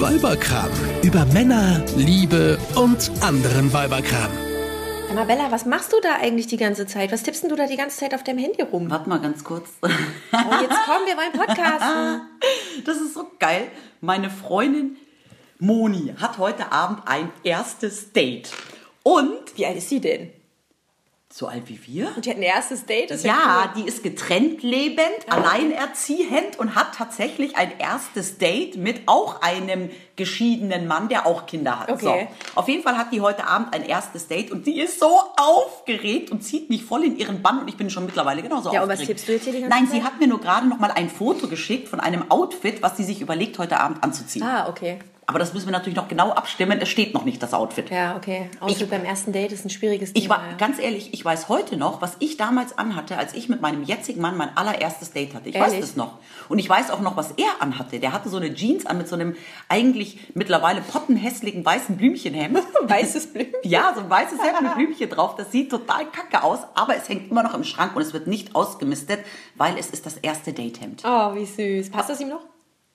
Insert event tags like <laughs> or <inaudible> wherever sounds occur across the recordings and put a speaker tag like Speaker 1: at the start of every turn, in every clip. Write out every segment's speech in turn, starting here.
Speaker 1: Weiberkram. Über Männer, Liebe und anderen Weiberkram.
Speaker 2: Amabella, was machst du da eigentlich die ganze Zeit? Was tippst denn du da die ganze Zeit auf deinem Handy rum?
Speaker 3: Warte mal ganz kurz. <laughs>
Speaker 2: Oh, jetzt komm, wir wollen podcasten.
Speaker 3: Das ist so geil. Meine Freundin Moni hat heute Abend ein erstes Date. Und
Speaker 2: <laughs> Wie alt ist sie denn?
Speaker 3: so alt wie wir?
Speaker 2: Und die hat ein erstes Date? das ist
Speaker 3: Ja, die ist getrennt lebend, alleinerziehend und hat tatsächlich ein erstes Date mit auch einem geschiedenen Mann, der auch Kinder hat.
Speaker 2: Okay.
Speaker 3: So. Auf jeden Fall hat die heute Abend ein erstes Date und die ist so aufgeregt und zieht mich voll in ihren Bann und ich bin schon mittlerweile genauso
Speaker 2: Ja, und was
Speaker 3: aufgeregt.
Speaker 2: tippst du jetzt hier die ganze
Speaker 3: Nein, sie
Speaker 2: Zeit?
Speaker 3: hat mir nur gerade noch mal ein Foto geschickt von einem Outfit, was sie sich überlegt, heute Abend anzuziehen.
Speaker 2: cool. Ah, okay.
Speaker 3: Aber das müssen wir natürlich noch genau abstimmen. Es steht noch nicht das Outfit.
Speaker 2: Ja, okay. Ausflug beim ersten Date ist ein schwieriges
Speaker 3: Ich
Speaker 2: Thema.
Speaker 3: war
Speaker 2: ja.
Speaker 3: ganz ehrlich, ich weiß heute noch, was ich damals anhatte, als ich mit meinem jetzigen Mann mein allererstes Date hatte. Ich weiß
Speaker 2: Ehrlich?
Speaker 3: das noch. Und ich weiß auch noch, was er anhatte. Der hatte so eine Jeans an mit so einem eigentlich mittlerweile pottenhässlichen weißen Blümchenhemd.
Speaker 2: <laughs> <laughs> Weißes Blümchen?
Speaker 3: Ja, so ein weißes
Speaker 2: <laughs>
Speaker 3: Hemd mit Blümchen drauf. Das sieht total kacke aus, aber es hängt immer noch im Schrank und es wird nicht ausgemistet, weil es ist das erste Datehemd.
Speaker 2: Oh, wie süß. Passt das ihm noch?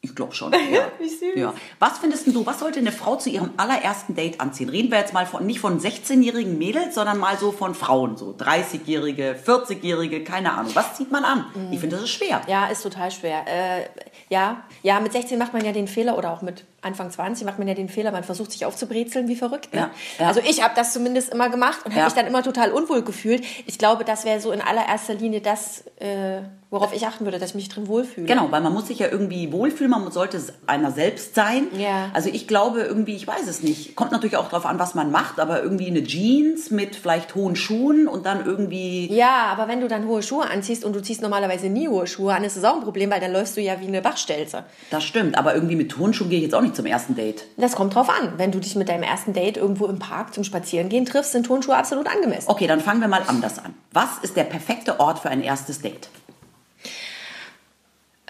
Speaker 3: Ich
Speaker 2: <laughs>
Speaker 3: glaube schon. Ja.
Speaker 2: Wie süß.
Speaker 3: Ja. Was findest denn du, was sollte eine Frau zu ihrem allerersten Date anziehen? Reden wir jetzt mal von, nicht von 16-jährigen Mädels, sondern mal so von Frauen, so 30-jährige, 40-jährige, keine Ahnung. Was zieht man an? Ich finde, das ist schwer.
Speaker 2: Mhm. Ja, ist total schwer. Äh, ja. ja, mit 16 macht man ja den Fehler oder auch mit Anfang 20 macht man ja den Fehler, man versucht sich aufzubrezeln wie verrückt. Ne?
Speaker 3: Ja, ja.
Speaker 2: Also ich habe das zumindest immer gemacht und habe
Speaker 3: Ja.
Speaker 2: mich dann immer total unwohl gefühlt. Ich glaube, das wäre so in allererster Linie das, äh, worauf ich achten würde, dass ich mich drin wohlfühle.
Speaker 3: Genau, weil man muss sich ja irgendwie wohlfühlen, man sollte einer selbst sein.
Speaker 2: Ja.
Speaker 3: Also ich glaube irgendwie, ich weiß es nicht, kommt natürlich auch drauf an, was man macht, aber irgendwie eine Jeans mit vielleicht hohen Schuhen und dann irgendwie...
Speaker 2: Ja, aber wenn du dann hohe Schuhe anziehst und du ziehst normalerweise nie hohe Schuhe an, ist es auch ein Problem, weil dann läufst du ja wie eine Bachstelze.
Speaker 3: Das stimmt, aber irgendwie mit Turnschuhen gehe ich jetzt auch nicht zum ersten Date.
Speaker 2: Das kommt drauf an. Wenn du dich mit deinem ersten Date irgendwo im Park zum Spazierengehen triffst, sind Turnschuhe absolut angemessen.
Speaker 3: Okay, dann fangen wir mal anders an. Was ist der perfekte Ort für ein erstes Date?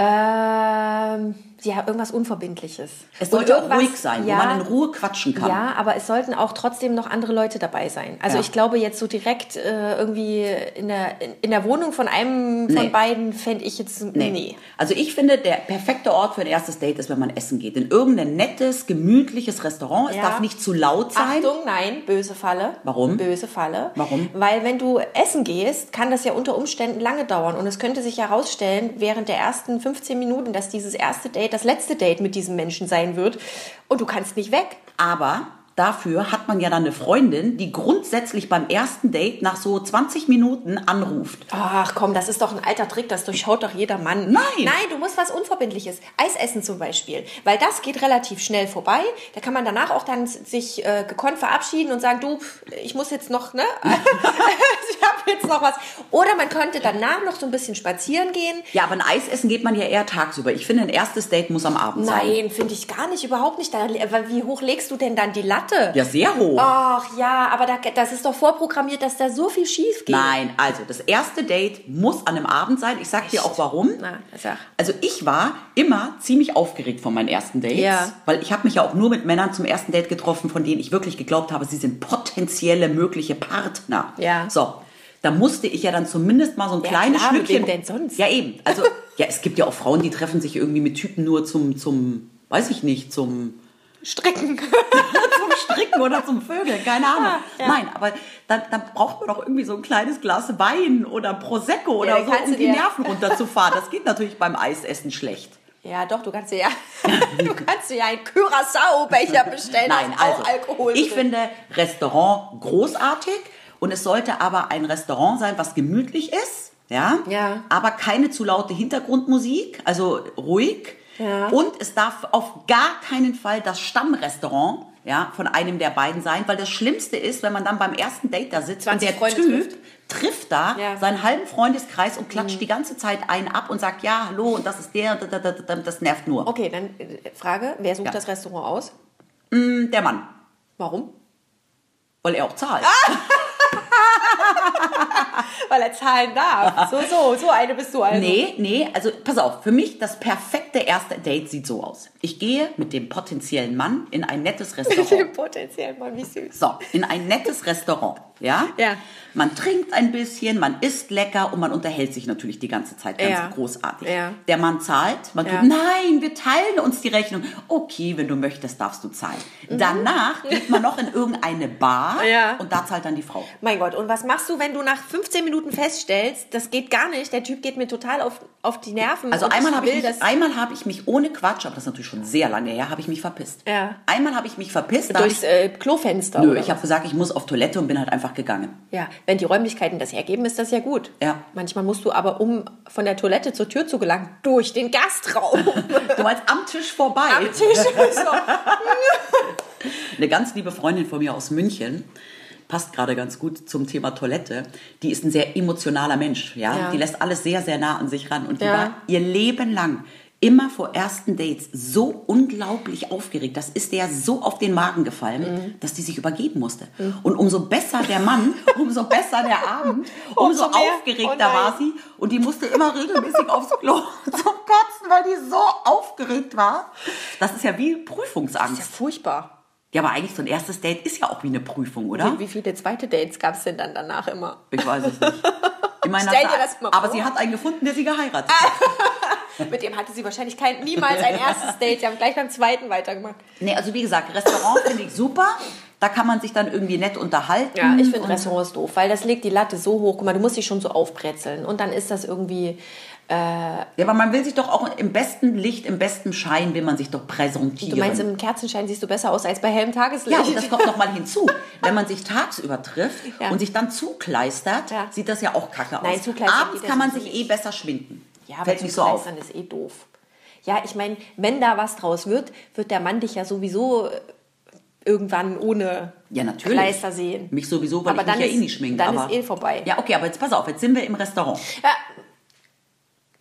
Speaker 2: Ähm, ja, irgendwas Unverbindliches.
Speaker 3: Es
Speaker 2: Und
Speaker 3: sollte auch
Speaker 2: irgendwas-
Speaker 3: ruhig sein,
Speaker 2: ja,
Speaker 3: wo man in Ruhe quatschen kann.
Speaker 2: Ja, aber es sollten auch trotzdem noch andere Leute dabei sein. Also
Speaker 3: Ja.
Speaker 2: ich glaube jetzt so direkt äh, irgendwie in der, in, in der Wohnung von einem
Speaker 3: Nee.
Speaker 2: von beiden fände ich jetzt nee.
Speaker 3: Also ich finde, der perfekte Ort für ein erstes Date ist, wenn man essen geht. In irgendein nettes, gemütliches Restaurant. Es
Speaker 2: Ja.
Speaker 3: darf nicht zu laut sein.
Speaker 2: Achtung, nein, böse Falle.
Speaker 3: Warum?
Speaker 2: Böse Falle.
Speaker 3: Warum?
Speaker 2: Weil wenn du essen gehst, kann das ja unter Umständen lange dauern und es könnte sich herausstellen während der ersten 15 Minuten, dass dieses erste Date das letzte Date mit diesem Menschen sein wird und du kannst nicht weg.
Speaker 3: Aber dafür hat man ja dann eine Freundin, die grundsätzlich beim ersten Date nach so 20 Minuten anruft.
Speaker 2: Ach komm, das ist doch ein alter Trick, das durchschaut doch jeder Mann.
Speaker 3: Nein!
Speaker 2: Nein, du musst was Unverbindliches. Eis essen zum Beispiel. Weil das geht relativ schnell vorbei. Da kann man danach auch dann sich äh, gekonnt verabschieden und sagen, du, pf, ich muss jetzt noch,
Speaker 3: <laughs>
Speaker 2: ne? <laughs> ich habe jetzt noch was. Oder man könnte danach noch so ein bisschen spazieren gehen.
Speaker 3: Ja, aber ein Eis essen geht man ja eher tagsüber. Ich finde, ein erstes Date muss am Abend sein.
Speaker 2: Nein, finde ich gar nicht, überhaupt nicht. Da, weil wie hoch legst du denn dann die Latte?
Speaker 3: Ja, sehr hoch.
Speaker 2: Ach ja, aber da, das ist doch vorprogrammiert, dass da so viel schief geht.
Speaker 3: Nein, also das erste Date muss an einem Abend sein. Ich sag dir auch warum.
Speaker 2: Na, sag.
Speaker 3: <laughs> Also ich war immer ziemlich aufgeregt von meinen ersten Dates,
Speaker 2: Ja.
Speaker 3: weil ich habe mich ja auch nur mit Männern zum ersten Date getroffen, von denen ich wirklich geglaubt habe, sie sind potenzielle mögliche Partner.
Speaker 2: Ja.
Speaker 3: So, da musste ich ja dann zumindest mal so ein
Speaker 2: Ja,
Speaker 3: kleines
Speaker 2: klar, mit
Speaker 3: Schlückchen.
Speaker 2: wem denn sonst?
Speaker 3: Ja eben.
Speaker 2: <laughs>
Speaker 3: Also ja, es gibt ja auch Frauen, die treffen sich irgendwie mit Typen nur zum zum, weiß ich nicht, zum <laughs>
Speaker 2: Stricken.
Speaker 3: zum Stricken oder zum Vögeln, keine Ahnung. Nein, aber dann, dann braucht man doch irgendwie so ein kleines Glas Wein oder Prosecco
Speaker 2: Ja,
Speaker 3: oder
Speaker 2: dann
Speaker 3: so,
Speaker 2: kannst
Speaker 3: um
Speaker 2: du
Speaker 3: die
Speaker 2: dir-
Speaker 3: Nerven runterzufahren. Das geht natürlich beim Eisessen schlecht.
Speaker 2: Ja, doch, du kannst dir ja, <laughs> du kannst dir ja einen Curaçao-Becher bestellen. da
Speaker 3: Nein,
Speaker 2: ist
Speaker 3: also
Speaker 2: auch Alkohol
Speaker 3: ich
Speaker 2: drin.
Speaker 3: finde Restaurant großartig und es sollte aber ein Restaurant sein, was gemütlich ist, ja,
Speaker 2: Ja.
Speaker 3: aber keine zu laute Hintergrundmusik, also ruhig.
Speaker 2: Ja.
Speaker 3: Und es darf auf gar keinen Fall das Stammrestaurant ja, von einem der beiden sein, weil das Schlimmste ist, wenn man dann beim ersten Date da sitzt und
Speaker 2: 20
Speaker 3: der
Speaker 2: Freunde
Speaker 3: Typ
Speaker 2: trifft.
Speaker 3: trifft da
Speaker 2: Ja. Mhm.
Speaker 3: seinen halben Freundeskreis und klatscht die ganze Zeit einen ab und sagt, ja, hallo, und das ist der, und da, da, da, da, das nervt nur.
Speaker 2: Okay, dann äh, Frage, wer sucht
Speaker 3: Ja.
Speaker 2: das Restaurant aus?
Speaker 3: Ähm, Der Mann,
Speaker 2: Warum?
Speaker 3: weil er auch zahlt.
Speaker 2: weil er zahlen <laughs> darf. So, so, so eine bist du also.
Speaker 3: Nee, nee, also pass auf, für mich das perfekte erste Date sieht so aus. Ich gehe mit dem potenziellen Mann in ein nettes
Speaker 2: <laughs>
Speaker 3: Restaurant.
Speaker 2: Potenziell mal wie süß.
Speaker 3: So, in ein nettes Restaurant, ja?
Speaker 2: Ja.
Speaker 3: Man trinkt ein bisschen, man isst lecker und man unterhält sich natürlich die ganze Zeit ganz
Speaker 2: Ja.
Speaker 3: großartig.
Speaker 2: Ja.
Speaker 3: Der Mann zahlt, man
Speaker 2: Ja.
Speaker 3: tut, nein, wir teilen uns die Rechnung. Okay, wenn du möchtest, darfst du zahlen. Danach geht man noch in irgendeine Bar
Speaker 2: Mhm. Ja.
Speaker 3: und da zahlt dann die Frau.
Speaker 2: Mein Gott, und was machst du, wenn du nach 15 Minuten feststellst, das geht gar nicht, der Typ geht mir total auf, auf die Nerven.
Speaker 3: Also
Speaker 2: und
Speaker 3: einmal habe ich,
Speaker 2: will
Speaker 3: mich-
Speaker 2: das.
Speaker 3: einmal habe ich mich ohne Quatsch, aber das ist natürlich schon sehr lange her, habe ich mich verpisst.
Speaker 2: Ja.
Speaker 3: Einmal habe ich mich verpisst. da habe
Speaker 2: Durchs äh, Klofenster.
Speaker 3: ich, nö,
Speaker 2: oder
Speaker 3: ich habe gesagt, ich muss auf Toilette und bin halt einfach gegangen.
Speaker 2: Ja, wenn die Räumlichkeiten das hergeben, ist das ja gut.
Speaker 3: Ja.
Speaker 2: Manchmal musst du aber, um von der Toilette zur Tür zu gelangen, durch den
Speaker 3: <laughs>
Speaker 2: Gastraum.
Speaker 3: Du meinst am Tisch vorbei.
Speaker 2: Am Tisch.
Speaker 3: <laughs>
Speaker 2: So.
Speaker 3: Eine ganz liebe Freundin von mir aus München, passt gerade ganz gut zum Thema Toilette, die ist ein sehr emotionaler Mensch, ja?
Speaker 2: Ja.
Speaker 3: Die lässt alles sehr, sehr nah an sich ran und die
Speaker 2: Ja.
Speaker 3: war ihr Leben lang immer vor ersten Dates so unglaublich aufgeregt, das ist der so auf den Magen gefallen,
Speaker 2: Mhm.
Speaker 3: dass die sich übergeben musste. Und umso besser
Speaker 2: <laughs>
Speaker 3: der Mann, umso besser der Abend, umso,
Speaker 2: Umso mehr.
Speaker 3: aufgeregter
Speaker 2: Oh nein.
Speaker 3: war sie und die musste immer regelmäßig aufs Klo <laughs> zum Kotzen, weil die so aufgeregt war. Das ist ja wie Prüfungsangst.
Speaker 2: Das ist ja furchtbar.
Speaker 3: Ja, aber eigentlich so ein erstes Date ist ja auch wie eine Prüfung, oder?
Speaker 2: Wie, wie viele zweite Dates gab es denn dann danach immer?
Speaker 3: Ich weiß es nicht. Ich meine,
Speaker 2: Stell
Speaker 3: hat sie-
Speaker 2: dir das mal
Speaker 3: aber
Speaker 2: vor. Ah.
Speaker 3: sie hat einen gefunden, der sie geheiratet hat.
Speaker 2: Mit dem hatte sie wahrscheinlich kein, niemals ein erstes
Speaker 3: <laughs>
Speaker 2: Date. Sie haben gleich beim zweiten weitergemacht.
Speaker 3: Nee, also wie gesagt, Restaurant finde ich super. Da kann man sich dann irgendwie nett unterhalten.
Speaker 2: Ja, ich finde
Speaker 3: Und
Speaker 2: Restaurants doof, weil das legt die Latte so hoch. Guck mal, du musst dich schon so aufbrezeln. Und dann ist das irgendwie.
Speaker 3: Ja, aber man will sich doch auch im besten Licht, im besten Schein, will man sich doch präsentieren.
Speaker 2: Du meinst, im Kerzenschein siehst du besser aus als bei hellem Tageslicht.
Speaker 3: ja, und das kommt nochmal hinzu. Wenn man sich tagsüber trifft
Speaker 2: Ja.
Speaker 3: und sich dann zukleistert,
Speaker 2: Ja.
Speaker 3: sieht das ja auch kacke aus.
Speaker 2: Nein, zukleistern
Speaker 3: Abends
Speaker 2: geht
Speaker 3: kann man
Speaker 2: das
Speaker 3: sich eh
Speaker 2: nicht.
Speaker 3: besser schminken.
Speaker 2: Ja,
Speaker 3: Fällt
Speaker 2: aber
Speaker 3: nicht so auf.
Speaker 2: Dann ist eh doof. Ja, ich meine, wenn da was draus wird, wird der Mann dich ja sowieso äh, irgendwann ohne
Speaker 3: Ja, natürlich.
Speaker 2: Kleister sehen.
Speaker 3: Mich sowieso, weil
Speaker 2: aber
Speaker 3: ich
Speaker 2: dann
Speaker 3: mich
Speaker 2: ist,
Speaker 3: ja eh nicht schminke.
Speaker 2: Dann
Speaker 3: aber
Speaker 2: ist eh vorbei.
Speaker 3: Ja, okay, aber jetzt pass auf, jetzt sind wir im Restaurant.
Speaker 2: Ja. Äh,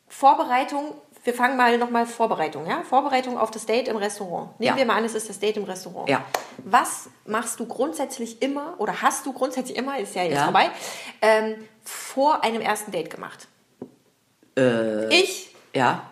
Speaker 2: Vorbereitung, wir fangen mal nochmal Vorbereitung, ja? Vorbereitung auf das Date im Restaurant. Nehmen
Speaker 3: Ja.
Speaker 2: wir mal an, es ist das Date im Restaurant.
Speaker 3: Ja.
Speaker 2: Was machst du grundsätzlich immer oder hast du grundsätzlich immer, ist ja jetzt
Speaker 3: Ja.
Speaker 2: vorbei, ähm, vor einem ersten Date gemacht?
Speaker 3: Äh.
Speaker 2: Ich <laughs>
Speaker 3: Ja.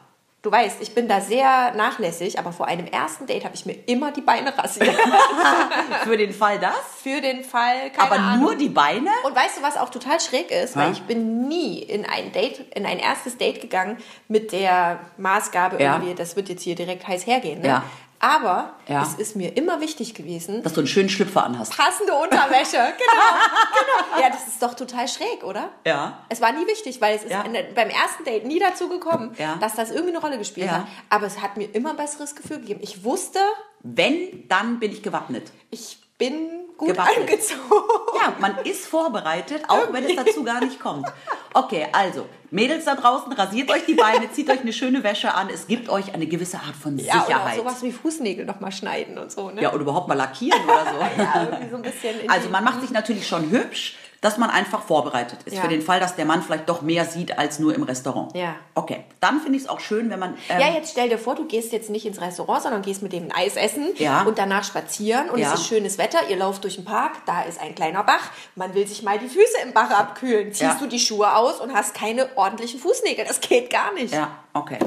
Speaker 2: Du weißt, ich bin da sehr nachlässig, aber vor einem ersten Date habe ich mir immer die Beine rasiert.
Speaker 3: <laughs> Für den Fall das?
Speaker 2: Für den Fall, keine
Speaker 3: aber
Speaker 2: Ahnung.
Speaker 3: nur die Beine?
Speaker 2: und weißt du, was auch total schräg ist?
Speaker 3: Ja.
Speaker 2: Weil ich bin nie in ein Date, in ein erstes Date gegangen mit der Maßgabe
Speaker 3: Ja.
Speaker 2: irgendwie, das wird jetzt hier direkt heiß hergehen. Ne?
Speaker 3: Ja.
Speaker 2: Aber
Speaker 3: Ja.
Speaker 2: es ist mir immer wichtig gewesen,
Speaker 3: Dass du einen schönen Schlüpfer anhast.
Speaker 2: passende Unterwäsche. <laughs> Genau, genau. Ja, das ist doch total schräg, oder?
Speaker 3: Ja.
Speaker 2: Es war nie wichtig, weil es ist
Speaker 3: Ja.
Speaker 2: an der- beim ersten Date nie dazu gekommen,
Speaker 3: Ja.
Speaker 2: dass das irgendwie eine Rolle gespielt
Speaker 3: Ja.
Speaker 2: hat. Aber es hat mir immer ein besseres Gefühl gegeben. Ich wusste,
Speaker 3: Wenn, dann bin ich gewappnet.
Speaker 2: ich bin gut
Speaker 3: Gewappnet.
Speaker 2: angezogen.
Speaker 3: Ja, man ist vorbereitet, auch wenn es dazu gar nicht kommt. Okay, also, Mädels da draußen, rasiert euch die Beine, zieht euch eine schöne Wäsche an. Es gibt euch eine gewisse Art von
Speaker 2: oder
Speaker 3: Sicherheit.
Speaker 2: sowas wie Fußnägel nochmal schneiden und so. Ne?
Speaker 3: Ja, und überhaupt mal lackieren oder so.
Speaker 2: <laughs> Ja, irgendwie so ein bisschen. in
Speaker 3: Also
Speaker 2: die-
Speaker 3: man macht sich natürlich schon hübsch, dass man einfach vorbereitet ist.
Speaker 2: Ja.
Speaker 3: Für den Fall, dass der Mann vielleicht doch mehr sieht als nur im Restaurant.
Speaker 2: Ja.
Speaker 3: Okay, dann finde ich es auch schön, wenn man... Ähm,
Speaker 2: ja, jetzt stell dir vor, du gehst jetzt nicht ins Restaurant, sondern gehst mit dem ein Eis essen
Speaker 3: Ja.
Speaker 2: und danach spazieren und
Speaker 3: Ja.
Speaker 2: es ist schönes Wetter, ihr lauft durch den Park, da ist ein kleiner Bach, man will sich mal die Füße im Bach abkühlen, ziehst
Speaker 3: Ja.
Speaker 2: du die Schuhe aus und hast keine ordentlichen Fußnägel, das geht gar nicht.
Speaker 3: ja, okay.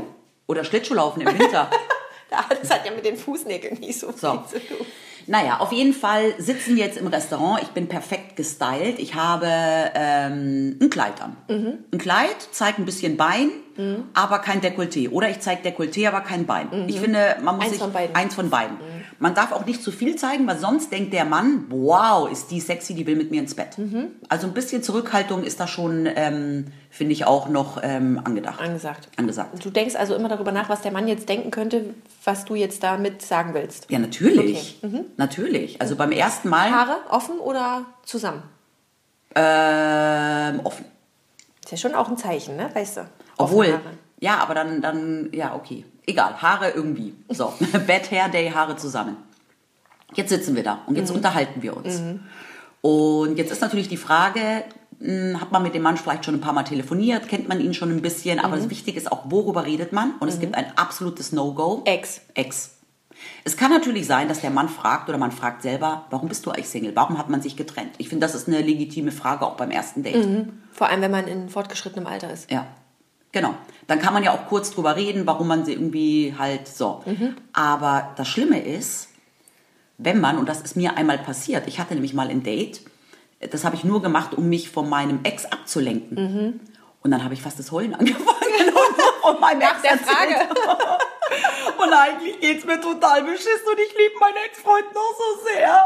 Speaker 3: Oder Schlittschuhlaufen im
Speaker 2: <laughs>
Speaker 3: Winter.
Speaker 2: Da- Das hat <laughs> ja mit den Fußnägeln nicht so viel
Speaker 3: So.
Speaker 2: zu tun.
Speaker 3: Naja, auf jeden Fall sitzen wir jetzt im Restaurant. Ich bin perfekt gestylt. Ich habe ähm, ein Kleid an.
Speaker 2: Mhm.
Speaker 3: Ein Kleid zeigt ein bisschen Bein, aber kein Dekolleté. Oder ich zeige Dekolleté, aber kein Bein. Ich finde, man muss
Speaker 2: Mhm. Eins
Speaker 3: sich
Speaker 2: von beiden. Mhm.
Speaker 3: eins von beiden. Man darf auch nicht zu viel zeigen, weil sonst denkt der Mann, wow, ist die sexy, die will mit mir ins Bett.
Speaker 2: Mhm.
Speaker 3: Also ein bisschen Zurückhaltung ist da schon, ähm, finde ich, auch noch ähm, angedacht.
Speaker 2: Angesagt.
Speaker 3: Angesagt.
Speaker 2: Du denkst also immer darüber nach, was der Mann jetzt denken könnte, was du jetzt damit sagen willst.
Speaker 3: Ja, natürlich.
Speaker 2: Mhm.
Speaker 3: Natürlich. Also beim ersten Mal
Speaker 2: Haare offen oder zusammen?
Speaker 3: ähm, offen.
Speaker 2: Ist ja schon auch ein Zeichen, ne? Weißt du? Offene
Speaker 3: Obwohl,
Speaker 2: Haare.
Speaker 3: ja, aber dann, dann, ja, okay. Egal, Haare irgendwie.
Speaker 2: <laughs>
Speaker 3: So, <laughs> Bad Hair Day, Haare zusammen. Jetzt sitzen wir da und
Speaker 2: Mhm.
Speaker 3: jetzt unterhalten wir uns. Und jetzt ist natürlich die Frage, mh, hat man mit dem Mann vielleicht schon ein paar Mal telefoniert, kennt man ihn schon ein
Speaker 2: Mhm.
Speaker 3: bisschen, aber das Wichtige ist auch, worüber redet man? Und es gibt ein absolutes No-Go.
Speaker 2: Ex.
Speaker 3: Ex. Es kann natürlich sein, dass der Mann fragt oder man fragt selber, warum bist du eigentlich Single? Warum hat man sich getrennt? Ich finde, das ist eine legitime Frage auch beim ersten Date.
Speaker 2: Vor allem, wenn man in fortgeschrittenem Alter ist.
Speaker 3: Ja, genau. Dann kann man ja auch kurz drüber reden, warum man sie irgendwie halt so.
Speaker 2: Mhm.
Speaker 3: Aber das Schlimme ist, wenn man, und das ist mir einmal passiert, ich hatte nämlich mal ein Date, das habe ich nur gemacht, um mich von meinem Ex abzulenken.
Speaker 2: Mhm.
Speaker 3: Und dann habe ich fast das Heulen <laughs> angefangen und von meinem
Speaker 2: Nach
Speaker 3: Ex
Speaker 2: der
Speaker 3: erzählt.
Speaker 2: Frage.
Speaker 3: Und eigentlich geht's mir total beschissen und ich liebe meinen Ex-Freund noch so sehr.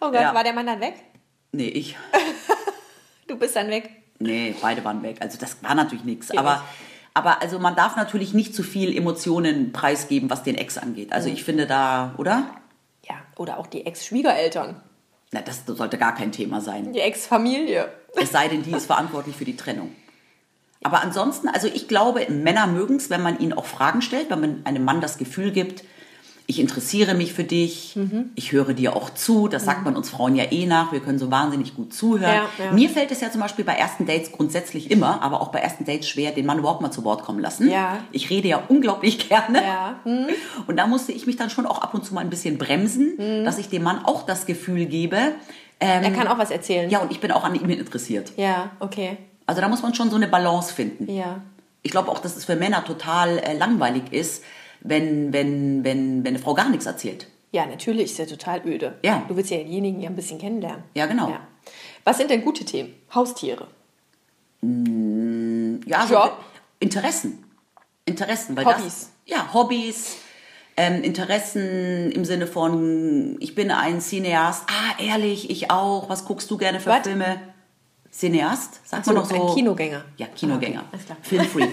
Speaker 2: Oh Gott,
Speaker 3: Ja.
Speaker 2: war der Mann dann weg?
Speaker 3: Nee, ich
Speaker 2: Du bist dann weg.
Speaker 3: Nee, beide waren weg. Also das war natürlich nichts. Aber, aber also man darf natürlich nicht zu viel Emotionen preisgeben, was den Ex angeht. Also ich finde da, oder?
Speaker 2: Ja, oder auch die Ex-Schwiegereltern,
Speaker 3: Na, das sollte gar kein Thema sein.
Speaker 2: die Ex-Familie.
Speaker 3: Es sei denn, die ist verantwortlich für die Trennung. Aber ansonsten, also ich glaube, Männer mögen es, wenn man ihnen auch Fragen stellt, wenn man einem Mann das Gefühl gibt, ich interessiere mich für dich,
Speaker 2: Mhm.
Speaker 3: ich höre dir auch zu. Das sagt man uns Frauen ja eh nach. Wir können so wahnsinnig gut zuhören.
Speaker 2: Ja, ja.
Speaker 3: Mir fällt es ja zum Beispiel bei ersten Dates grundsätzlich immer, aber auch bei ersten Dates schwer, den Mann überhaupt mal zu Wort kommen lassen.
Speaker 2: Ja.
Speaker 3: Ich rede ja unglaublich gerne.
Speaker 2: Ja. Mhm.
Speaker 3: Und da musste ich mich dann schon auch ab und zu mal ein bisschen bremsen, dass ich dem Mann auch das Gefühl gebe, ähm,
Speaker 2: Mhm. Er kann auch was erzählen.
Speaker 3: ja, und ich bin auch an ihm interessiert.
Speaker 2: Ja, okay.
Speaker 3: Also da muss man schon so eine Balance finden.
Speaker 2: Ja.
Speaker 3: Ich glaube auch, dass es für Männer total äh, langweilig ist, wenn, wenn, wenn, wenn eine Frau gar nichts erzählt.
Speaker 2: Ja, natürlich ist er total öde.
Speaker 3: Ja.
Speaker 2: Du willst ja denjenigen ja ein bisschen kennenlernen.
Speaker 3: Ja, genau.
Speaker 2: Was sind denn gute Themen? Haustiere.
Speaker 3: Ja, so
Speaker 2: Ja.
Speaker 3: Interessen. Interessen. Weil
Speaker 2: Hobbys.
Speaker 3: Das, ja, Hobbys. Ähm, Interessen im Sinne von, ich bin ein Cineast. Ah, ehrlich, ich auch. Was guckst du gerne für
Speaker 2: Was?
Speaker 3: Filme? Cineast? Sagt
Speaker 2: Ach
Speaker 3: man
Speaker 2: so,
Speaker 3: doch so.
Speaker 2: ein Kinogänger.
Speaker 3: Ja, Kinogänger.
Speaker 2: Ah, okay, alles klar. <laughs>
Speaker 3: Filmfreak.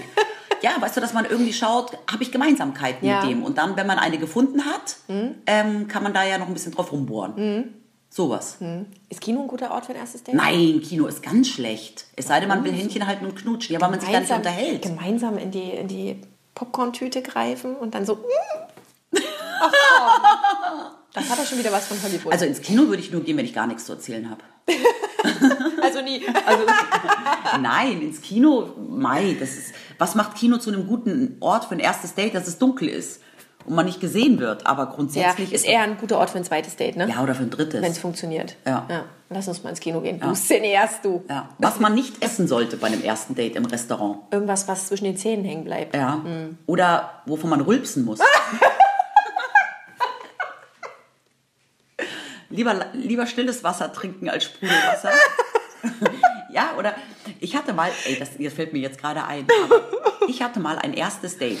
Speaker 3: ja, weißt du, dass man irgendwie schaut, habe ich Gemeinsamkeiten
Speaker 2: Ja. Mhm.
Speaker 3: mit dem. Und dann, wenn man eine gefunden hat, ähm, kann man da ja noch ein bisschen drauf rumbohren. Sowas.
Speaker 2: Ist Kino ein guter Ort für ein erstes Date?
Speaker 3: Nein, Kino ist ganz schlecht. Es sei denn, man will Händchen halten und knutschen. Ja, weil man sich gar nicht unterhält.
Speaker 2: gemeinsam in die, in die Popcorn-Tüte greifen und
Speaker 3: <laughs>
Speaker 2: dann so. Mm. Ach, komm. das hat ja schon wieder was von Hollywood.
Speaker 3: Also ins Kino würde ich nur gehen, wenn ich gar nichts zu erzählen habe.
Speaker 2: also nie.
Speaker 3: Also, nein, ins Kino, mei, das ist, was macht Kino zu einem guten Ort für ein erstes Date, dass es dunkel ist und man nicht gesehen wird, aber
Speaker 2: Ja,
Speaker 3: grundsätzlich
Speaker 2: ist eher ein guter Ort für ein zweites Date, ne?
Speaker 3: ja, oder für ein drittes.
Speaker 2: Wenn es funktioniert.
Speaker 3: Ja.
Speaker 2: Lass uns mal ins Kino gehen. Du Cineast, du.
Speaker 3: ja. Was man nicht essen sollte bei einem ersten Date im Restaurant.
Speaker 2: Irgendwas, was zwischen den Zähnen hängen bleibt.
Speaker 3: Ja.
Speaker 2: Mhm.
Speaker 3: Oder wovon man
Speaker 2: <laughs>
Speaker 3: rülpsen muss. lieber, lieber stilles Wasser trinken
Speaker 2: <laughs>
Speaker 3: als Sprudelwasser. ja, oder ich hatte mal, ey, das, das fällt mir jetzt gerade ein, aber ich hatte mal ein erstes Date.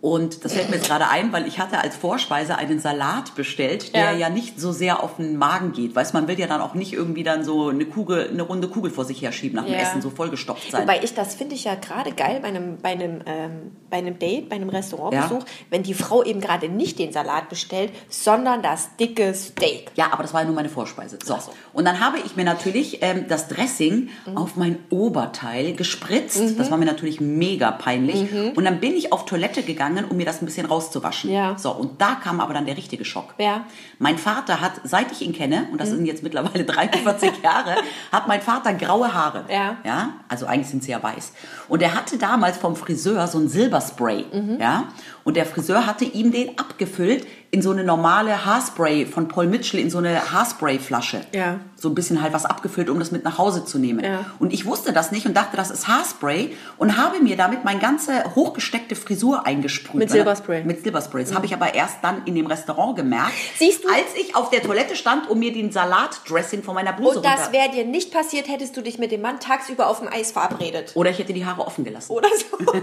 Speaker 3: Und das fällt mir jetzt gerade ein, weil ich hatte als Vorspeise einen Salat bestellt, der ja.
Speaker 2: Ja.
Speaker 3: nicht so sehr auf den Magen geht. Weißt man will ja dann auch nicht irgendwie dann so eine Kugel, eine runde Kugel vor sich herschieben nach dem
Speaker 2: Ja.
Speaker 3: Essen, so vollgestopft sein.
Speaker 2: Wobei ich das finde ich ja gerade geil bei einem, bei, einem, ähm, bei einem Date, bei einem Restaurantbesuch,
Speaker 3: Ja.
Speaker 2: wenn die Frau eben gerade nicht den Salat bestellt, sondern das dicke Steak.
Speaker 3: Ja, aber das war ja nur meine Vorspeise. So. Und dann habe ich mir natürlich ähm, das Dressing
Speaker 2: Mhm.
Speaker 3: auf mein Oberteil gespritzt. Das war mir natürlich mega peinlich.
Speaker 2: Mhm.
Speaker 3: Und dann bin ich auf Toilette gegangen, um mir das ein bisschen rauszuwaschen.
Speaker 2: Ja.
Speaker 3: So, und da kam aber dann der richtige Schock.
Speaker 2: Ja.
Speaker 3: Mein Vater hat, seit ich ihn kenne, und das
Speaker 2: Mhm.
Speaker 3: sind jetzt mittlerweile <laughs> 43 Jahre, hat mein Vater graue Haare.
Speaker 2: Ja.
Speaker 3: ja. Also eigentlich sind sie ja weiß. Und er hatte damals vom Friseur so ein Silberspray.
Speaker 2: Mhm.
Speaker 3: Ja. Und der Friseur hatte ihm den abgefüllt in so eine normale Haarspray von Paul Mitchell in so eine Haarspray-Flasche.
Speaker 2: Ja.
Speaker 3: So ein bisschen halt was abgefüllt, um das mit nach Hause zu nehmen.
Speaker 2: Ja.
Speaker 3: Und ich wusste das nicht und dachte, das ist Haarspray und habe mir damit meine ganze hochgesteckte Frisur eingesprüht.
Speaker 2: Mit
Speaker 3: Weil-
Speaker 2: Silberspray.
Speaker 3: Mit Silberspray. Das habe ich aber erst dann in dem Restaurant gemerkt.
Speaker 2: Siehst du?
Speaker 3: Als ich auf der Toilette stand, um mir den Salatdressing von meiner Bluse
Speaker 2: Und das
Speaker 3: runter-
Speaker 2: wäre dir nicht passiert, hättest du dich mit dem Mann tagsüber auf dem Eis verabredet.
Speaker 3: Oder ich hätte die Haare offen gelassen.
Speaker 2: Oder so. <laughs>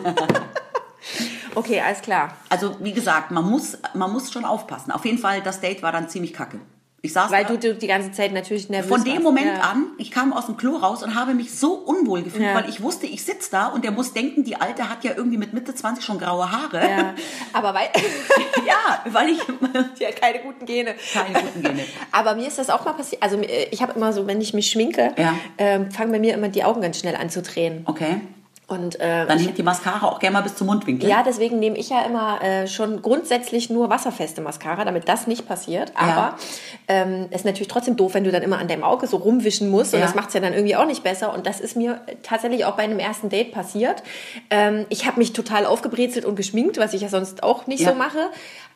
Speaker 2: okay, alles klar.
Speaker 3: Also, wie gesagt, man muss, man muss schon aufpassen. Auf jeden Fall, das Date war dann ziemlich kacke. Ich saß
Speaker 2: Weil
Speaker 3: da-
Speaker 2: du du die ganze Zeit natürlich nervös
Speaker 3: äh. von dem
Speaker 2: warst.
Speaker 3: Moment
Speaker 2: ja.
Speaker 3: an, ich kam aus dem Klo raus und habe mich so unwohl gefühlt,
Speaker 2: Ja.
Speaker 3: weil ich wusste, ich sitze da und der muss denken, die Alte hat ja irgendwie mit Mitte 20 schon graue Haare.
Speaker 2: Ja. Aber weil.
Speaker 3: <laughs> Ja, weil ich.
Speaker 2: Die hat keine guten Gene.
Speaker 3: Keine guten Gene.
Speaker 2: <laughs> Aber mir ist das auch mal passiert. Also äh, ich habe immer so, wenn ich mich schminke,
Speaker 3: Ja.
Speaker 2: ähm, fangen bei mir immer die Augen ganz schnell an zu drehen.
Speaker 3: Okay.
Speaker 2: Und äh,
Speaker 3: Dann hängt die Mascara auch gerne mal bis zum Mundwinkel.
Speaker 2: ja, deswegen nehme ich ja immer äh, schon grundsätzlich nur wasserfeste Mascara, damit das nicht passiert. Aber ähm, es ist natürlich trotzdem doof, wenn du dann immer an deinem Auge so rumwischen musst. Und
Speaker 3: Ja.
Speaker 2: das macht es ja dann irgendwie auch nicht besser. Und das ist mir tatsächlich auch bei einem ersten Date passiert. Ähm, ich habe mich total aufgebrezelt und geschminkt, was ich ja sonst auch nicht
Speaker 3: Ja.
Speaker 2: so mache.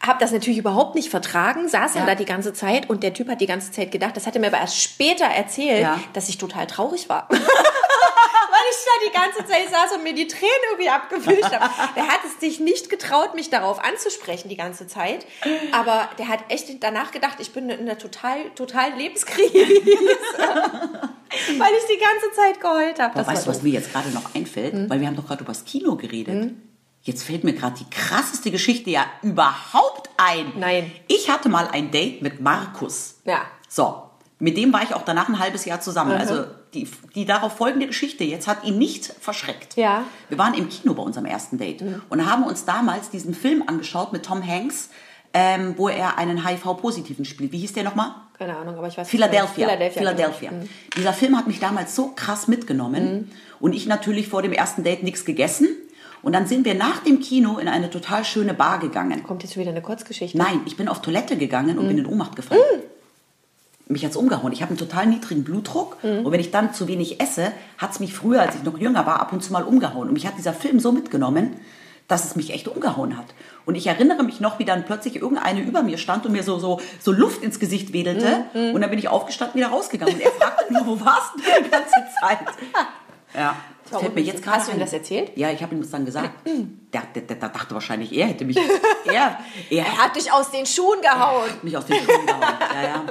Speaker 2: Habe das natürlich überhaupt nicht vertragen, saß ja.
Speaker 3: Ja.
Speaker 2: da die ganze Zeit und der Typ hat die ganze Zeit gedacht, das hat er mir aber erst später erzählt,
Speaker 3: Ja.
Speaker 2: dass ich total traurig war. <laughs> weil ich da die ganze Zeit saß und mir die Tränen irgendwie abgewischt habe. Der hat es sich nicht getraut, mich darauf anzusprechen die ganze Zeit. Aber der hat echt danach gedacht, ich bin in einer total, totalen Lebenskrise. <laughs> weil ich die ganze Zeit geheult habe.
Speaker 3: Aber
Speaker 2: Das
Speaker 3: weißt du,
Speaker 2: war Hm.
Speaker 3: was mir jetzt gerade noch einfällt? Weil wir haben doch gerade über das Kino geredet. Jetzt fällt mir gerade die krasseste Geschichte ja überhaupt ein.
Speaker 2: Nein.
Speaker 3: Ich hatte mal ein Date mit Markus.
Speaker 2: Ja.
Speaker 3: So, mit dem war ich auch danach ein halbes Jahr zusammen. Also die, die darauf folgende Geschichte jetzt hat ihn nicht verschreckt.
Speaker 2: Ja. Hm.
Speaker 3: Wir waren im Kino bei unserem ersten Date und haben uns damals diesen Film angeschaut mit Tom Hanks, ähm, wo er einen HIV-Positiven spielt. Wie hieß der nochmal?
Speaker 2: keine Ahnung, aber ich weiß
Speaker 3: Philadelphia.
Speaker 2: Philadelphia. genau.
Speaker 3: Philadelphia. genau. Mhm. Dieser Film hat mich damals so krass mitgenommen und ich natürlich vor dem ersten Date nichts gegessen. Und dann sind wir nach dem Kino in eine total schöne Bar gegangen.
Speaker 2: Kommt jetzt schon wieder eine Kurzgeschichte.
Speaker 3: Nein, ich bin auf Toilette gegangen und bin
Speaker 2: Mm.
Speaker 3: in Ohnmacht gefallen. Mich hat's umgehauen. Ich habe einen total niedrigen Blutdruck
Speaker 2: Mm.
Speaker 3: und wenn ich dann zu wenig esse, hat's mich früher, als ich noch jünger war, ab und zu mal umgehauen. Und mich hat dieser Film so mitgenommen, dass es mich echt umgehauen hat. Und ich erinnere mich noch, wie dann plötzlich irgendeine über mir stand und mir so so so Luft ins Gesicht wedelte
Speaker 2: Mm,
Speaker 3: und dann bin ich aufgestanden wieder rausgegangen und er fragte nur, wo warst du die ganze
Speaker 2: <laughs>
Speaker 3: Zeit? Ja.
Speaker 2: war
Speaker 3: Das fällt mir
Speaker 2: unwichtig.
Speaker 3: jetzt gerade
Speaker 2: Hast du ihm
Speaker 3: ein.
Speaker 2: das erzählt?
Speaker 3: Ja, ich habe ihm das
Speaker 2: <clears throat>
Speaker 3: dann gesagt. Der, der, der, der dachte wahrscheinlich, er hätte
Speaker 2: <laughs>
Speaker 3: mich. er, er
Speaker 2: Er hat dich aus den Schuhen gehauen.
Speaker 3: mich aus den Schuhen gehauen. Ja, ja.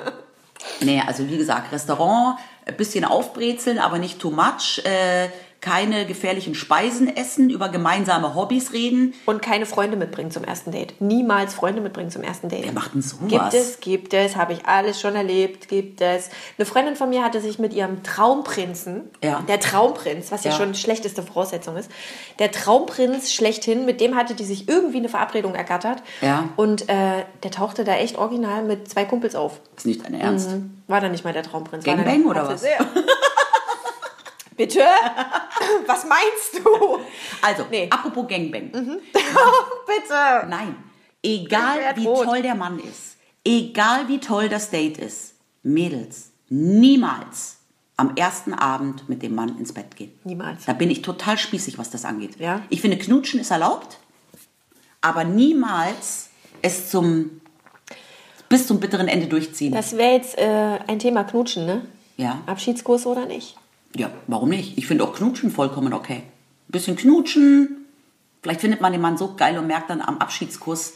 Speaker 3: Nee, also wie gesagt, Restaurant, ein bisschen aufbrezeln, aber nicht too much. Äh, keine gefährlichen Speisen essen, über gemeinsame Hobbys reden.
Speaker 2: Und keine Freunde mitbringen zum ersten Date. Niemals Freunde mitbringen zum ersten Date.
Speaker 3: Wer macht denn sowas?
Speaker 2: Gibt es, gibt es, habe ich alles schon erlebt, gibt es. Eine Freundin von mir hatte sich mit ihrem Traumprinzen,
Speaker 3: Ja.
Speaker 2: der Traumprinz, was ja,
Speaker 3: Ja.
Speaker 2: schon die schlechteste Voraussetzung ist, der Traumprinz schlechthin, mit dem hatte die sich irgendwie eine Verabredung ergattert.
Speaker 3: Ja.
Speaker 2: Und äh, der tauchte da echt original mit zwei Kumpels auf.
Speaker 3: Ist nicht dein Ernst.
Speaker 2: War dann nicht mal der Traumprinz. war dann-
Speaker 3: Gangbang oder
Speaker 2: Hat
Speaker 3: was?
Speaker 2: sie- Bitte? <laughs> was meinst du? <laughs>
Speaker 3: Also,
Speaker 2: Nee. Mhm.
Speaker 3: apropos Gangbang.
Speaker 2: Bitte.
Speaker 3: Nein. Egal
Speaker 2: werd
Speaker 3: wie
Speaker 2: rot.
Speaker 3: toll der Mann ist, egal wie toll das Date ist, Mädels, niemals am ersten Abend mit dem Mann ins Bett gehen.
Speaker 2: Niemals.
Speaker 3: Da bin ich total spießig, was das angeht.
Speaker 2: Ja.
Speaker 3: Ich finde, Knutschen ist erlaubt, aber niemals es zum bis zum bitteren Ende durchziehen.
Speaker 2: Das wäre jetzt äh, ein Thema Knutschen, ne?
Speaker 3: Ja.
Speaker 2: Abschiedskurs oder nicht?
Speaker 3: ja, warum nicht? Ich finde auch Knutschen vollkommen okay. Ein bisschen knutschen. Vielleicht findet man den Mann so geil und merkt dann am Abschiedskurs,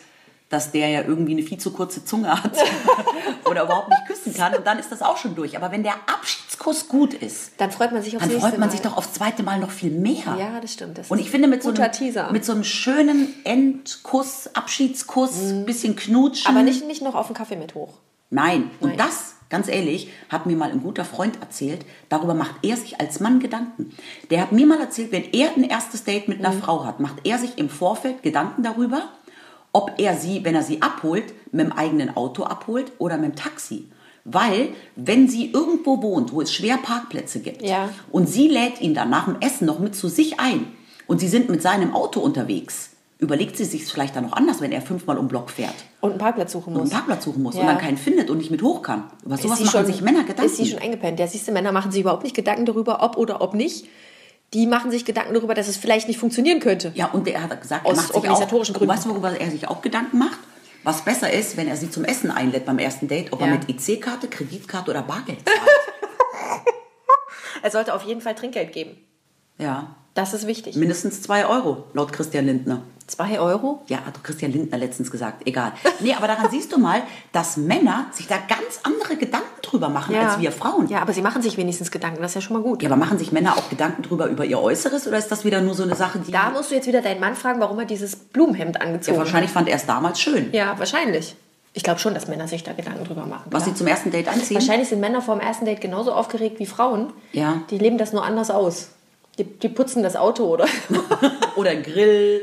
Speaker 3: dass der ja irgendwie eine viel zu kurze Zunge hat <laughs> oder überhaupt nicht küssen kann. Und dann ist das auch schon durch. Aber wenn der Abschiedskurs gut ist,
Speaker 2: Dann freut man sich aufs
Speaker 3: dann
Speaker 2: nächste
Speaker 3: freut man
Speaker 2: Mal.
Speaker 3: sich doch aufs zweite Mal noch viel mehr.
Speaker 2: Ja, das stimmt. Das
Speaker 3: Ah. Und
Speaker 2: ist
Speaker 3: ich finde, mit so,
Speaker 2: guter
Speaker 3: einem,
Speaker 2: Teaser.
Speaker 3: mit so einem schönen Endkuss, Abschiedskuss, bisschen knutschen.
Speaker 2: Mhm. aber nicht, nicht noch auf den Kaffee mit hoch.
Speaker 3: Nein. Und
Speaker 2: Nein.
Speaker 3: das, ganz ehrlich, hat mir mal ein guter Freund erzählt. Darüber macht er sich als Mann Gedanken. Der hat mir mal erzählt, wenn er ein erstes Date mit einer Frau hat, macht er sich im Vorfeld Gedanken darüber, ob er sie, wenn er sie abholt, mit dem eigenen Auto abholt oder mit dem Taxi. Weil, wenn sie irgendwo wohnt, wo es schwer Parkplätze gibt,
Speaker 2: Ja.
Speaker 3: und sie lädt ihn dann nach dem Essen noch mit zu sich ein. Und sie sind mit seinem Auto unterwegs. Überlegt sie sich vielleicht dann noch anders, wenn er fünfmal um den Block fährt
Speaker 2: Und einen Parkplatz suchen muss.
Speaker 3: und einen Parkplatz suchen muss
Speaker 2: Ja.
Speaker 3: und dann keinen findet und nicht mit hoch kann. Über
Speaker 2: Ist
Speaker 3: sowas
Speaker 2: sie
Speaker 3: machen
Speaker 2: schon-
Speaker 3: sich Männer Gedanken.
Speaker 2: Ist sie schon eingepennt? Ja, siehst du, Männer machen sich überhaupt nicht Gedanken darüber, ob oder ob nicht. Die machen sich Gedanken darüber, dass es vielleicht nicht funktionieren könnte.
Speaker 3: ja, und er hat gesagt,
Speaker 2: Aus
Speaker 3: er macht sich
Speaker 2: organisatorischen
Speaker 3: auch,
Speaker 2: Gründen.
Speaker 3: Weißt du, worüber er sich auch Gedanken macht? Was besser ist, wenn er sie zum Essen einlädt beim ersten Date, ob
Speaker 2: Ja.
Speaker 3: er mit EC-Karte, Kreditkarte oder Bargeld zahlt.
Speaker 2: <laughs> Er sollte auf jeden Fall Trinkgeld geben.
Speaker 3: ja,
Speaker 2: Das ist wichtig.
Speaker 3: mindestens zwei Euro, laut Christian Lindner.
Speaker 2: Zwei Euro?
Speaker 3: Ja, hat doch Christian Lindner letztens
Speaker 2: <laughs>
Speaker 3: gesagt. Egal. Nee, aber daran siehst du mal, dass Männer sich da ganz andere Gedanken drüber machen als wir Frauen.
Speaker 2: Ja, aber sie machen sich wenigstens Gedanken. Das ist ja schon mal gut.
Speaker 3: ja, aber machen sich Männer auch Gedanken drüber über ihr Äußeres oder ist das wieder nur so eine Sache, die...
Speaker 2: Da musst du jetzt wieder deinen Mann fragen, warum er dieses Blumenhemd
Speaker 3: ja,
Speaker 2: angezogen hat.
Speaker 3: wahrscheinlich fand er es damals schön.
Speaker 2: Ja, wahrscheinlich. Ich glaube schon, dass Männer sich da Gedanken drüber machen.
Speaker 3: Was
Speaker 2: klar.
Speaker 3: sie zum ersten Date anziehen?
Speaker 2: Wahrscheinlich sind Männer vor dem ersten Date genauso aufgeregt wie Frauen.
Speaker 3: Ja.
Speaker 2: Die leben das nur anders aus.
Speaker 3: <laughs>
Speaker 2: Die, die putzen das Auto, oder?
Speaker 3: Oder Grill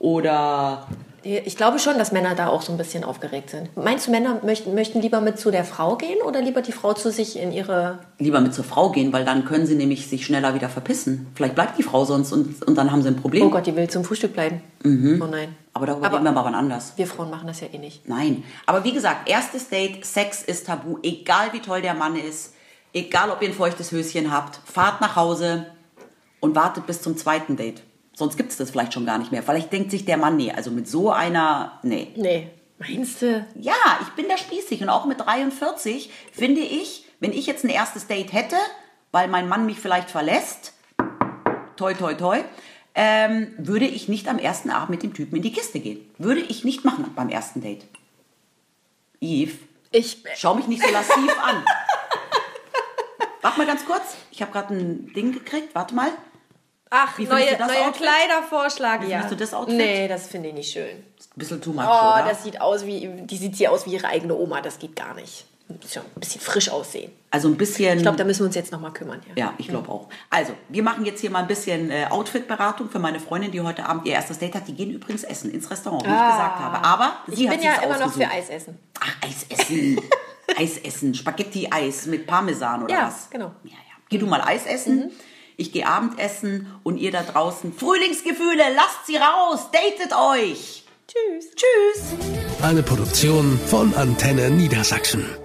Speaker 3: oder
Speaker 2: Ich glaube schon, dass Männer da auch so ein bisschen aufgeregt sind. Meinst du, Männer möchten, möchten lieber mit zu der Frau gehen oder lieber die Frau zu sich in ihre.
Speaker 3: Lieber mit zur Frau gehen, weil dann können sie nämlich sich schneller wieder verpissen. Vielleicht bleibt die Frau sonst und, und dann haben sie ein Problem.
Speaker 2: Oh Gott, die will zum Frühstück bleiben. Oh nein.
Speaker 3: Mhm. Aber darüber reden wir mal wann anders.
Speaker 2: Wir Frauen machen das ja eh nicht.
Speaker 3: Nein. Aber wie gesagt, erstes Date, Sex ist tabu. Egal wie toll der Mann ist, egal ob ihr ein feuchtes Höschen habt, fahrt nach Hause und wartet bis zum zweiten Date. Sonst gibt es das vielleicht schon gar nicht mehr. Vielleicht denkt sich der Mann, nee, also mit so einer, nee.
Speaker 2: Nee. Meinst du?
Speaker 3: Ja, ich bin da spießig und auch mit 43 finde ich, wenn ich jetzt ein erstes Date hätte, weil mein Mann mich vielleicht verlässt, toi toi toi, ähm, würde ich nicht am ersten Abend mit dem Typen in die Kiste gehen. Würde ich nicht machen beim ersten Date. Eve,
Speaker 2: Ich.
Speaker 3: schau mich nicht so lassiv an. Warte mal ganz kurz, ich habe gerade ein Ding gekriegt, warte mal.
Speaker 2: Ach,
Speaker 3: Wie findest
Speaker 2: neue,
Speaker 3: du das
Speaker 2: neuer
Speaker 3: Outfit?
Speaker 2: Kleidervorschlag, ja.
Speaker 3: findest du das Outfit?
Speaker 2: Nee, das finde ich nicht schön.
Speaker 3: Ist Ein bisschen too much,
Speaker 2: Oh,
Speaker 3: oder?
Speaker 2: das sieht aus wie. Die sieht sie aus wie ihre eigene Oma. Das geht gar nicht. Muss ja ein bisschen frisch aussehen.
Speaker 3: also ein bisschen...
Speaker 2: Ich glaube, da müssen wir uns jetzt nochmal kümmern. Ja.
Speaker 3: Ja, ich glaube auch. Also, wir machen jetzt hier mal ein bisschen äh, Outfit-Beratung für meine Freundin, die heute Abend ihr erstes Date hat. Die gehen übrigens essen ins Restaurant, wie ich gesagt habe. Aber sie
Speaker 2: Ah. ich
Speaker 3: hat
Speaker 2: bin ja
Speaker 3: sich's
Speaker 2: immer noch
Speaker 3: ausgesucht.
Speaker 2: für Eis essen.
Speaker 3: Ach, Eis essen.
Speaker 2: <laughs>
Speaker 3: Eis essen. Spaghetti-Eis mit Parmesan oder
Speaker 2: Ja,
Speaker 3: was?
Speaker 2: genau. Mhm.
Speaker 3: Ja, ja. Geh du mal Eis essen. Ich gehe Abendessen und ihr da draußen. Frühlingsgefühle, lasst sie raus. Datet euch.
Speaker 2: Tschüss.
Speaker 3: Tschüss.
Speaker 1: Eine Produktion von Antenne Niedersachsen.